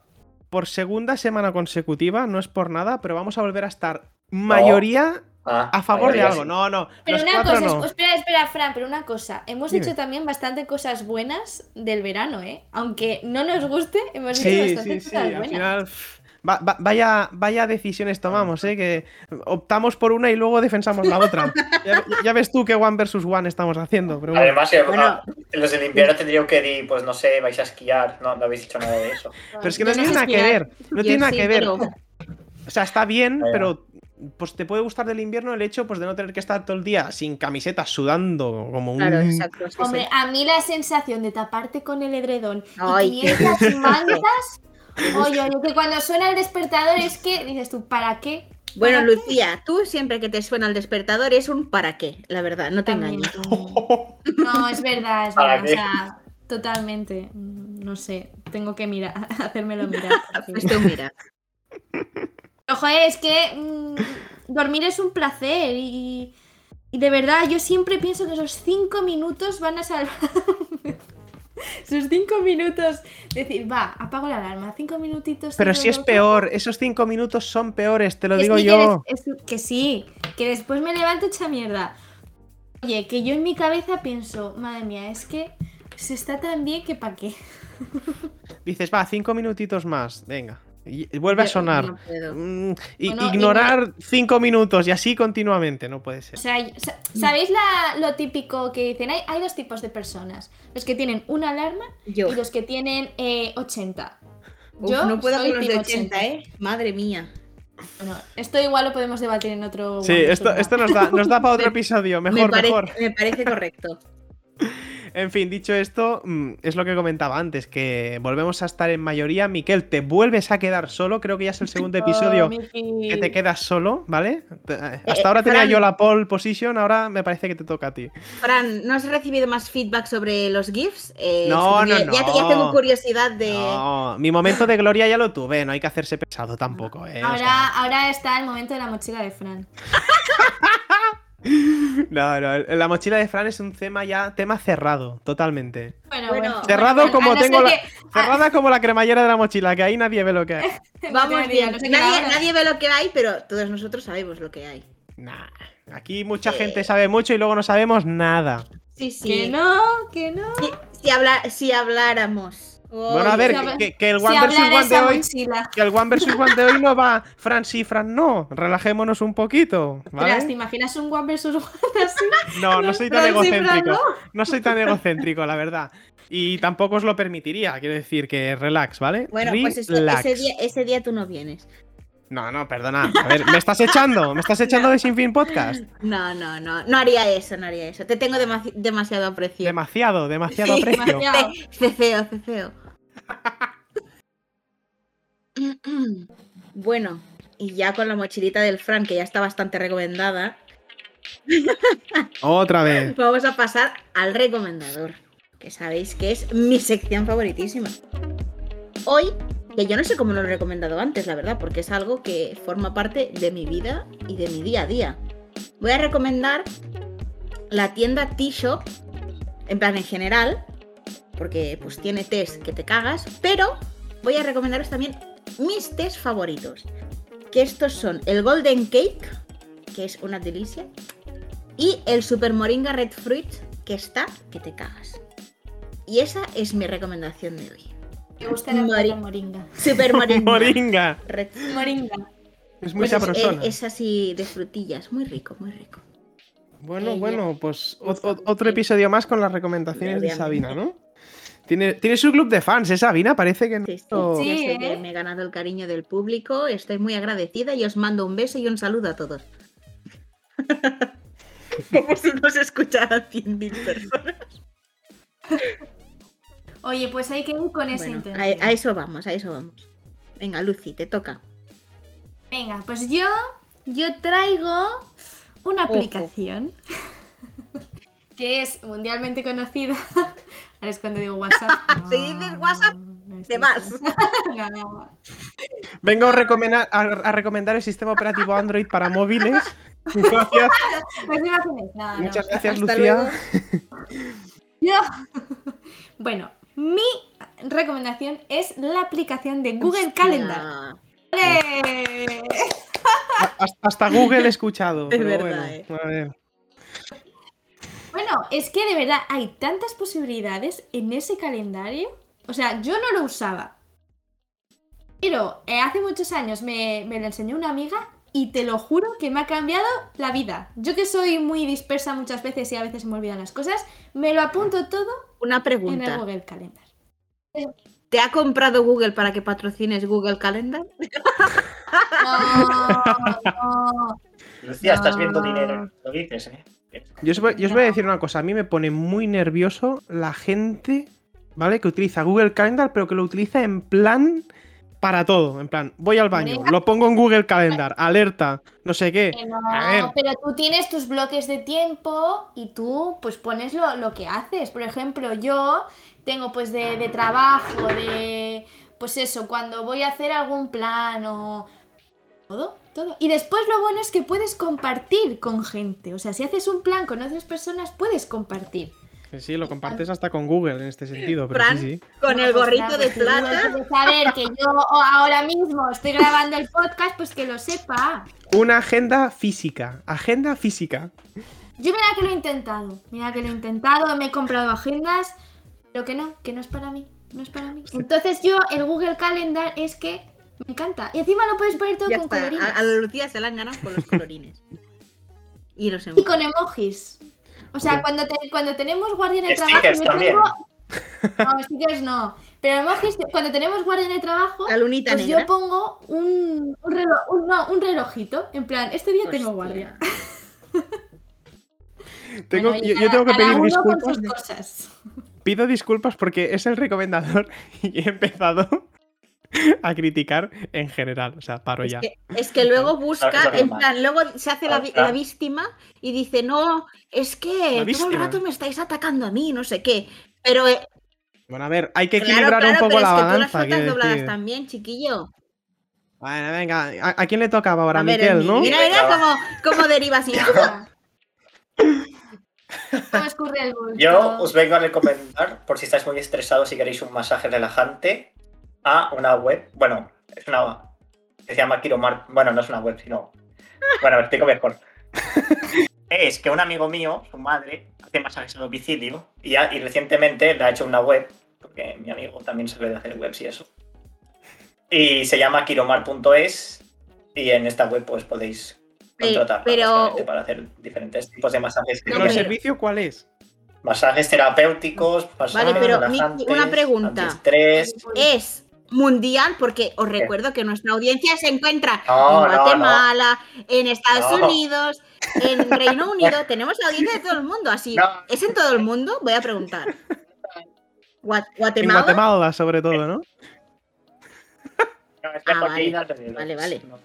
Speaker 3: Por segunda semana consecutiva, no es por nada, pero vamos a volver a
Speaker 4: Oh.
Speaker 3: estar mayoría
Speaker 2: Ah,
Speaker 3: a favor de
Speaker 2: mayoría
Speaker 3: algo.
Speaker 2: sí.
Speaker 3: No, no,
Speaker 4: Pero
Speaker 3: los
Speaker 4: una
Speaker 3: cuatro
Speaker 4: cosa,
Speaker 3: no.
Speaker 4: es- espera, espera, Fran, pero una cosa. Hemos
Speaker 3: Dime.
Speaker 4: hecho también bastante cosas buenas del verano, ¿eh? Aunque no nos guste, hemos hecho
Speaker 3: Sí,
Speaker 4: bastante
Speaker 3: sí, sí.
Speaker 4: cosas
Speaker 3: Al
Speaker 4: buenas.
Speaker 3: final pff, Va- va- vaya, vaya decisiones tomamos, ¿eh? Que optamos por una y luego defensamos la otra. Ya, ya ves tú que one versus one estamos haciendo, pero bueno.
Speaker 5: Además, eh,
Speaker 1: Bueno.
Speaker 5: ah, los del invierno tendrían que ir, pues no sé, vais a esquiar. No, no habéis dicho nada de eso.
Speaker 3: Pero es que
Speaker 1: Yo
Speaker 3: no tiene
Speaker 1: sé
Speaker 3: nada que
Speaker 1: esquiar.
Speaker 3: ver. No
Speaker 1: Yo
Speaker 3: tiene nada
Speaker 1: sí,
Speaker 3: que ver.
Speaker 1: pero-
Speaker 3: O sea, está bien,
Speaker 5: Vaya.
Speaker 3: pero pues te puede gustar del invierno el hecho pues, de no tener que estar todo el día sin camiseta sudando como un.
Speaker 1: Claro, exacto. sí, sí.
Speaker 4: Hombre, a mí la sensación de taparte con el edredón
Speaker 1: Ay,
Speaker 4: y
Speaker 1: qué
Speaker 4: 500 mantas. Oye, oye, que cuando suena el despertador es que dices tú, ¿para qué?
Speaker 1: Bueno,
Speaker 4: ¿Para qué?
Speaker 1: Lucía, tú siempre que te suena el despertador es un para qué, la verdad, no te
Speaker 4: También.
Speaker 1: engañes.
Speaker 4: No, es verdad, es
Speaker 5: ¿Para
Speaker 4: verdad. O sea, totalmente. Mm, No sé, tengo que mirar, hacérmelo mirar. porque-
Speaker 1: Pues tú mira.
Speaker 4: Ojo, es que mm, dormir es un placer y, y de verdad yo siempre pienso que esos cinco minutos van a salvar. esos cinco minutos. Decir, va, apago la alarma, cinco minutitos.
Speaker 3: Pero
Speaker 4: cierro
Speaker 3: si es
Speaker 4: los ojos".
Speaker 3: peor, esos cinco minutos son peores, te lo
Speaker 4: Es
Speaker 3: digo
Speaker 4: que
Speaker 3: yo.
Speaker 4: des- es que sí, que después me levanto hecha mierda. Oye, que yo en mi cabeza pienso, madre mía, es que se está tan bien que pa' qué.
Speaker 3: Dices, va, cinco minutitos más, venga. Y vuelve a
Speaker 1: Yo
Speaker 3: sonar.
Speaker 1: no puedo.
Speaker 3: Mm, y-
Speaker 4: Bueno,
Speaker 3: ignorar cinco minutos y así continuamente, no puede
Speaker 4: O
Speaker 3: ser.
Speaker 4: sea, sa- ¿sabéis la- lo típico que dicen? Hay, hay dos tipos de personas. Los que tienen una alarma
Speaker 1: Yo.
Speaker 4: y los que tienen eh, 80.
Speaker 1: Uf,
Speaker 4: yo
Speaker 1: no puedo
Speaker 4: soy
Speaker 1: con los de
Speaker 4: team
Speaker 1: 80, ¿eh? Madre mía.
Speaker 4: Bueno, esto igual lo podemos debatir en otro...
Speaker 3: Sí,
Speaker 4: momento,
Speaker 3: esto,
Speaker 4: ¿no?
Speaker 3: esto nos da, nos da para otro
Speaker 1: Me-
Speaker 3: episodio,
Speaker 1: me,
Speaker 3: mejor,
Speaker 1: parece,
Speaker 3: mejor.
Speaker 1: me parece correcto.
Speaker 3: En fin, dicho esto, mm, es lo que comentaba antes, que volvemos a estar en mayoría. Miquel, te vuelves a quedar solo, creo que ya es el segundo episodio que te quedas solo, ¿vale? Te- eh,
Speaker 4: Eh,
Speaker 3: Hasta ahora tenía
Speaker 1: Fran.
Speaker 3: yo la pole position, ahora me parece que te toca a ti.
Speaker 1: Fran, ¿no has recibido más feedback sobre los GIFs? Eh,
Speaker 3: No,
Speaker 1: es que
Speaker 3: no,
Speaker 1: ya, ya-
Speaker 3: no.
Speaker 1: ya tengo curiosidad de.
Speaker 3: No, mi momento de gloria ya lo tuve, no hay que hacerse pesado tampoco, ¿eh? O
Speaker 4: Ahora,
Speaker 3: sea,
Speaker 4: ahora está el momento de la mochila de Fran.
Speaker 3: no, no, la mochila de Fran es un tema ya, tema cerrado, totalmente.
Speaker 4: Bueno,
Speaker 1: Bueno,
Speaker 4: bueno.
Speaker 3: cerrado
Speaker 4: bueno,
Speaker 3: como
Speaker 4: a no ser
Speaker 3: tengo la-
Speaker 4: que-
Speaker 3: Cerrada como la cremallera de la mochila, que ahí nadie ve lo que hay.
Speaker 4: No
Speaker 1: Vamos
Speaker 4: te
Speaker 1: bien.
Speaker 4: digo, no sé qué
Speaker 1: nadie,
Speaker 4: ahora.
Speaker 1: nadie ve lo que hay, pero todos nosotros sabemos lo que hay.
Speaker 3: Nah, aquí mucha gente sabe mucho y luego no sabemos nada.
Speaker 1: Sí,
Speaker 4: Que
Speaker 1: sí.
Speaker 4: no, que no.
Speaker 1: Si, si habla- si habláramos.
Speaker 3: Bueno, a
Speaker 1: Oy,
Speaker 3: ver,
Speaker 4: si habla-
Speaker 3: que, que el
Speaker 4: Si
Speaker 3: One versus
Speaker 4: hablar
Speaker 3: One de
Speaker 4: esa
Speaker 3: hoy.
Speaker 4: mochila.
Speaker 3: Que el One versus One de hoy no va Fran sí, Fran no. Relajémonos un poquito,
Speaker 4: Ostras, ¿Te
Speaker 3: ¿vale?
Speaker 4: imaginas un One versus One así?
Speaker 3: No, no soy tan
Speaker 4: Fran sí, Fran
Speaker 3: egocéntrico.
Speaker 4: no.
Speaker 3: No soy tan egocéntrico, la verdad. Y tampoco os lo permitiría, quiero decir que relax, ¿vale?
Speaker 1: Bueno, pues eso-
Speaker 3: Relax.
Speaker 1: ese, día, ese día tú no vienes.
Speaker 3: No, no, perdona. A ver, me estás echando, me estás echando de Sin Fin Podcast.
Speaker 1: No, no, no. No haría eso, no haría eso. Te tengo demasi- demasiado aprecio.
Speaker 3: Demasiado, demasiado aprecio.
Speaker 4: Demasiado.
Speaker 1: Ceceo, ceceo. bueno, y ya con la mochilita del Fran, que ya está bastante recomendada,
Speaker 3: Otra vez.
Speaker 1: vamos a pasar al recomendador, que sabéis que es mi sección favoritísima. Hoy, que yo no sé cómo lo he recomendado antes, la verdad, porque es algo que forma parte de mi vida y de mi día a día. Voy a recomendar la tienda T-Shop, en plan en general, porque pues tiene test que te cagas, pero voy a recomendaros también mis test favoritos, que estos son el Golden Cake, que es una delicia, y el Super Moringa Red Fruit, que está que te cagas. Y esa es mi recomendación de hoy.
Speaker 4: Me gusta la
Speaker 1: Mori-
Speaker 4: palabra moringa.
Speaker 1: Super Moringa.
Speaker 3: Moringa.
Speaker 1: Red Fruit.
Speaker 4: Moringa.
Speaker 3: Es muy
Speaker 1: Pues es-
Speaker 3: sabrosona.
Speaker 1: Es, así de frutillas, muy rico, muy rico.
Speaker 3: Bueno,
Speaker 1: Ella.
Speaker 3: bueno, pues o- o- otro
Speaker 1: Obviamente.
Speaker 3: episodio más con las recomendaciones de
Speaker 1: Obviamente.
Speaker 3: Sabina, ¿no? Tiene, tiene su club de fans, ¿eh, Sabina? Parece que no.
Speaker 1: Sí, sí,
Speaker 3: Oh.
Speaker 1: ya sé
Speaker 4: Sí,
Speaker 1: que
Speaker 4: ¿eh?
Speaker 1: me he ganado el cariño del público, estoy muy agradecida y os mando un beso y un saludo a todos. Como si nos escucharan 100.000 personas.
Speaker 4: Oye, pues hay que ir con ese
Speaker 1: Bueno,
Speaker 4: intento.
Speaker 1: a, a eso vamos, a eso vamos. Venga, Lucy, te toca.
Speaker 4: Venga, pues yo, yo traigo una
Speaker 1: Ojo.
Speaker 4: aplicación que es mundialmente conocida. Ahora es cuando digo WhatsApp.
Speaker 1: Si dices WhatsApp,
Speaker 4: no es
Speaker 1: te
Speaker 4: eso.
Speaker 1: vas.
Speaker 4: No, no.
Speaker 3: Vengo a recomendar, a, a recomendar el sistema operativo Android para móviles. Gracias.
Speaker 4: Pues no imaginéis, no, no.
Speaker 3: Muchas gracias,
Speaker 1: Hasta
Speaker 3: Lucía.
Speaker 1: luego.
Speaker 4: Yo- Bueno, mi recomendación es la aplicación de Google Calendar.
Speaker 1: Ah,
Speaker 4: ¡Ole!
Speaker 3: A- Hasta, hasta Google he escuchado.
Speaker 1: Es
Speaker 3: pero
Speaker 1: verdad, eh.
Speaker 3: bueno, a ver.
Speaker 4: Bueno, es que de verdad hay tantas posibilidades en ese calendario. O sea, yo no lo usaba. Pero eh, hace muchos años me, me lo enseñó una amiga y te lo juro que me ha cambiado la vida. Yo que soy muy dispersa muchas veces y a veces se me olvidan las cosas, me lo apunto todo
Speaker 1: Una
Speaker 4: en el
Speaker 1: pregunta.
Speaker 4: Google Calendar.
Speaker 1: ¿Te ha comprado Google para que patrocines Google Calendar?
Speaker 4: No, no.
Speaker 5: Lucía, estás
Speaker 4: No.
Speaker 5: viendo dinero. Lo dices, ¿eh?
Speaker 3: Yo os, voy, yo os voy a decir una cosa, a mí me pone muy nervioso la gente, ¿vale? Que utiliza Google Calendar, pero que lo utiliza en plan para todo. En plan, voy al baño,
Speaker 4: Venga.
Speaker 3: lo pongo en Google Calendar, alerta, no sé qué.
Speaker 4: Que no,
Speaker 3: A ver.
Speaker 4: pero tú tienes tus bloques de tiempo y tú pues pones lo, lo que haces. Por ejemplo, yo tengo pues de, de trabajo, de pues eso, cuando voy a hacer algún plan o todo, todo. Y después lo bueno es que puedes compartir con gente. O sea, si haces un plan con otras personas, puedes compartir.
Speaker 3: Sí, Sí, lo compartes hasta con Google en este sentido, pero
Speaker 1: Fran.
Speaker 3: sí, sí.
Speaker 1: Con el
Speaker 4: Bueno, pues
Speaker 1: gorrito
Speaker 4: nada,
Speaker 1: de
Speaker 4: si Google
Speaker 1: plata.
Speaker 4: quiere saber que yo ahora mismo estoy grabando el podcast, pues que lo sepa.
Speaker 3: Una agenda física, agenda física.
Speaker 4: Yo mira que lo he intentado, mira que lo he intentado, me he comprado agendas, pero que no, que no es para mí, no es para mí. Entonces yo el Google Calendar es que me encanta. Y encima lo puedes poner todo
Speaker 1: Ya
Speaker 4: con
Speaker 1: está.
Speaker 4: colorines.
Speaker 1: A, a la Lucía se la han ganado con los colorines. y los
Speaker 4: Y
Speaker 1: emojis.
Speaker 4: con emojis. O sea,
Speaker 3: Bien.
Speaker 4: cuando, te- cuando tenemos guardia en el trabajo,
Speaker 5: Stickers
Speaker 4: yo
Speaker 5: también.
Speaker 4: tengo... No, stickers no. Pero emojis, cuando tenemos guardia en el trabajo,
Speaker 1: La lunita
Speaker 4: pues
Speaker 1: negra.
Speaker 4: yo pongo un, un, reloj, un- no, un relojito. En plan, este día
Speaker 1: Pues
Speaker 3: Pues
Speaker 4: tengo guardia.
Speaker 1: Hostia.
Speaker 3: Tengo,
Speaker 4: Bueno, y
Speaker 3: yo, yo
Speaker 4: cada-
Speaker 3: tengo que
Speaker 4: cada
Speaker 3: pedir
Speaker 4: uno con
Speaker 3: disculpas.
Speaker 4: sus
Speaker 3: de-
Speaker 4: cosas.
Speaker 3: Pido disculpas porque es el recomendador y he empezado a criticar en general. O sea, paro
Speaker 1: Es
Speaker 3: Pues ya.
Speaker 1: que, es que luego busca,
Speaker 5: Eso es
Speaker 1: en
Speaker 5: normal.
Speaker 1: plan, luego se hace la, vi-
Speaker 5: Claro.
Speaker 1: la víctima y dice, no, es
Speaker 3: La
Speaker 1: que todo el
Speaker 3: víctima.
Speaker 1: rato me estáis atacando a mí, no sé qué. Pero eh,
Speaker 3: Bueno, a ver, hay que
Speaker 1: claro,
Speaker 3: equilibrar
Speaker 1: claro,
Speaker 3: un poco
Speaker 1: pero es
Speaker 3: la
Speaker 1: que tú las
Speaker 3: balanza.
Speaker 1: faltas
Speaker 3: quiero
Speaker 1: dobladas
Speaker 3: decir.
Speaker 1: también, chiquillo.
Speaker 3: Bueno, venga, ¿a, a quién le tocaba ahora?
Speaker 1: A
Speaker 3: A
Speaker 1: ver,
Speaker 3: Miquel,
Speaker 1: el-
Speaker 3: ¿no?
Speaker 1: Mira, mira cómo, cómo deriva sin
Speaker 4: ¿Cómo escurre el bulto?
Speaker 5: Yo os vengo a recomendar, por si estáis muy estresados y queréis un masaje relajante, a una web. Bueno, es una. que Se llama Kiromar. Bueno, no es una web, sino. Bueno, me explico mejor. es que un amigo mío, su madre, hace masajes a domicilio y, ha- y recientemente le ha hecho una web, porque mi amigo también sabe de hacer webs y eso. Y se llama kiromar.es y en esta web pues podéis
Speaker 1: Pe-
Speaker 5: contratar
Speaker 1: pero-
Speaker 5: para hacer diferentes tipos de masajes. que
Speaker 1: No,
Speaker 3: ¿Pero
Speaker 1: pero-
Speaker 5: queráis.
Speaker 3: servicio cuál es?
Speaker 5: Masajes terapéuticos, masajes
Speaker 1: Vale, pero, Miki,
Speaker 5: relajantes,
Speaker 1: una pregunta.
Speaker 5: antiestrés.
Speaker 4: pues, Eh.
Speaker 1: Es mundial porque os recuerdo que nuestra audiencia se encuentra
Speaker 5: No, no, no.
Speaker 1: en Guatemala, en Estados
Speaker 5: No.
Speaker 1: Unidos, en Reino Unido. Tenemos audiencia de todo el mundo, así.
Speaker 5: No.
Speaker 1: ¿Es en todo el mundo? Voy a preguntar. Gua-
Speaker 3: En
Speaker 1: ¿Guatemala?
Speaker 3: Guatemala, sobre todo, ¿no?
Speaker 5: No, es
Speaker 1: Ah,
Speaker 5: mejor
Speaker 1: vale.
Speaker 5: que ir alrededor.
Speaker 1: Vale, vale.
Speaker 5: No,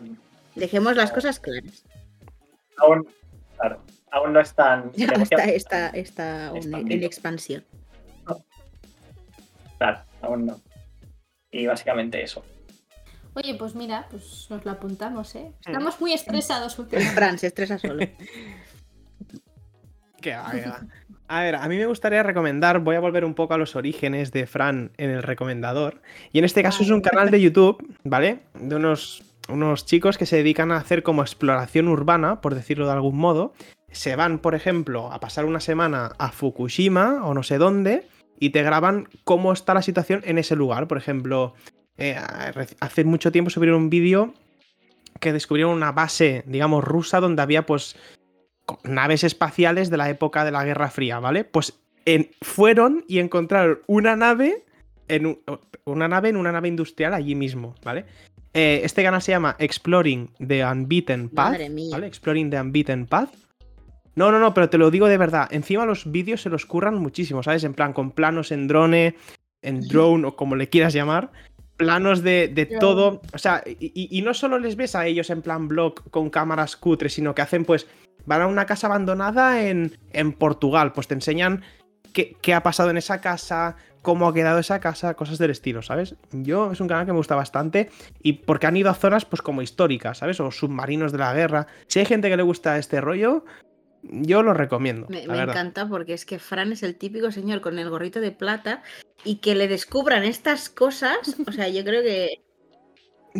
Speaker 1: Dejemos las cosas claras.
Speaker 5: aún, claro, aún no están.
Speaker 1: Ya
Speaker 5: tenemos que-
Speaker 1: está, está, eh. está aún en,
Speaker 5: Expandido.
Speaker 1: en expansión.
Speaker 5: Claro, aún no. Y básicamente eso.
Speaker 4: Oye, pues mira, pues nos lo apuntamos, ¿eh? Estamos muy estresados últimamente.
Speaker 1: Fran se estresa solo.
Speaker 3: Que va, que va. A ver, a mí me gustaría recomendar, voy a volver un poco a los orígenes de Fran en el recomendador. Y en este caso es un canal de YouTube, ¿vale? De unos, unos chicos que se dedican a hacer como exploración urbana, por decirlo de algún modo. Se van, por ejemplo, a pasar una semana a Fukushima o no sé dónde y te graban cómo está la situación en ese lugar. Por ejemplo, eh, reci- hace mucho tiempo subieron un vídeo que descubrieron una base, digamos, rusa donde había pues co- naves espaciales de la época de la Guerra Fría, ¿vale? Pues en- fueron y encontraron una nave en un- una nave en una nave industrial allí mismo, ¿vale? Eh, este canal se llama Exploring the Unbeaten Path,
Speaker 1: Madre mía.
Speaker 3: ¿vale? Exploring the Unbeaten Path. No, no, no, pero te lo digo de verdad. Encima los vídeos se los curran muchísimo, ¿sabes? En plan, con planos en drone, en drone o como le quieras llamar planos de, de
Speaker 4: Claro.
Speaker 3: todo. O sea, y, y- y no solo les ves a ellos en plan blog con cámaras cutres, sino que hacen pues. Van a una casa abandonada en, en Portugal, pues te enseñan qué, qué ha pasado en esa casa, cómo ha quedado esa casa, cosas del estilo, ¿sabes? Yo es un canal que me gusta bastante y porque han ido a zonas pues como históricas, ¿sabes? O submarinos de la guerra. Si hay gente que le gusta este rollo, yo lo recomiendo.
Speaker 1: Me,
Speaker 3: la
Speaker 1: me
Speaker 3: verdad.
Speaker 1: encanta porque es que Fran es el típico señor con el gorrito de plata y que le descubran estas cosas. O sea, yo creo que.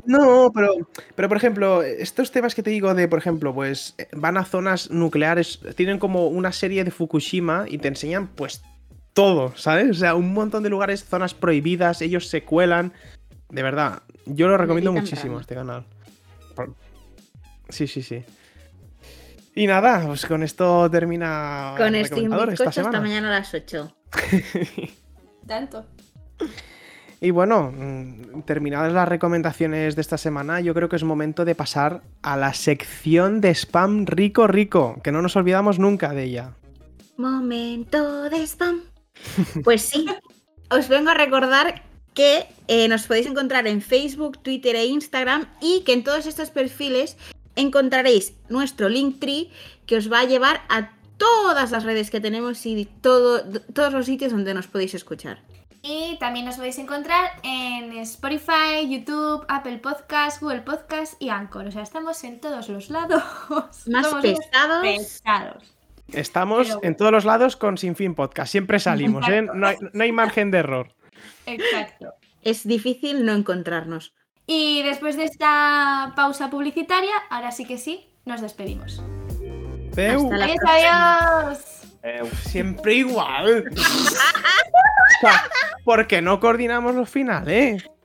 Speaker 3: No, pero, pero por ejemplo, estos temas que te digo de, por ejemplo, pues eh, van a zonas nucleares, tienen como una serie de Fukushima y te enseñan pues todo, ¿sabes? O sea, un montón de lugares, zonas prohibidas, ellos se cuelan. De verdad, yo lo recomiendo
Speaker 1: Necesitan
Speaker 3: muchísimo
Speaker 1: ganas.
Speaker 3: este canal. Por- Sí, sí, sí. Y nada, pues con esto termina
Speaker 1: Con
Speaker 3: el
Speaker 1: este
Speaker 3: recomendador
Speaker 1: bizcocho
Speaker 3: esta
Speaker 1: hasta
Speaker 3: semana.
Speaker 1: mañana a las 8.
Speaker 4: Tanto.
Speaker 3: Y bueno, mm, terminadas las recomendaciones de esta semana, yo creo que es momento de pasar a la sección de spam rico rico, que no nos olvidamos nunca de ella.
Speaker 1: Momento de spam. Pues sí, os vengo a recordar que eh, nos podéis encontrar en Facebook, Twitter e Instagram y que en todos estos perfiles encontraréis nuestro Linktree que os va a llevar a todas las redes que tenemos y todo, todos los sitios donde nos podéis escuchar.
Speaker 4: Y también nos podéis encontrar en Spotify, YouTube, Apple Podcast, Google Podcast y Anchor. O sea, estamos en todos los lados.
Speaker 1: Más
Speaker 4: Somos unos
Speaker 1: pesados.
Speaker 4: pesados.
Speaker 3: Estamos
Speaker 4: Pero-
Speaker 3: en todos los lados con Sinfín Podcast, siempre salimos, ¿eh? No hay, no hay margen de error.
Speaker 4: Exacto.
Speaker 1: Es difícil no encontrarnos.
Speaker 4: Y después de esta pausa publicitaria, ahora sí que sí, nos despedimos.
Speaker 3: Deu,
Speaker 1: Hasta la
Speaker 4: Adiós,
Speaker 1: próxima.
Speaker 4: adiós.
Speaker 2: Eh,
Speaker 3: siempre igual. O sea, porque no coordinamos los finales.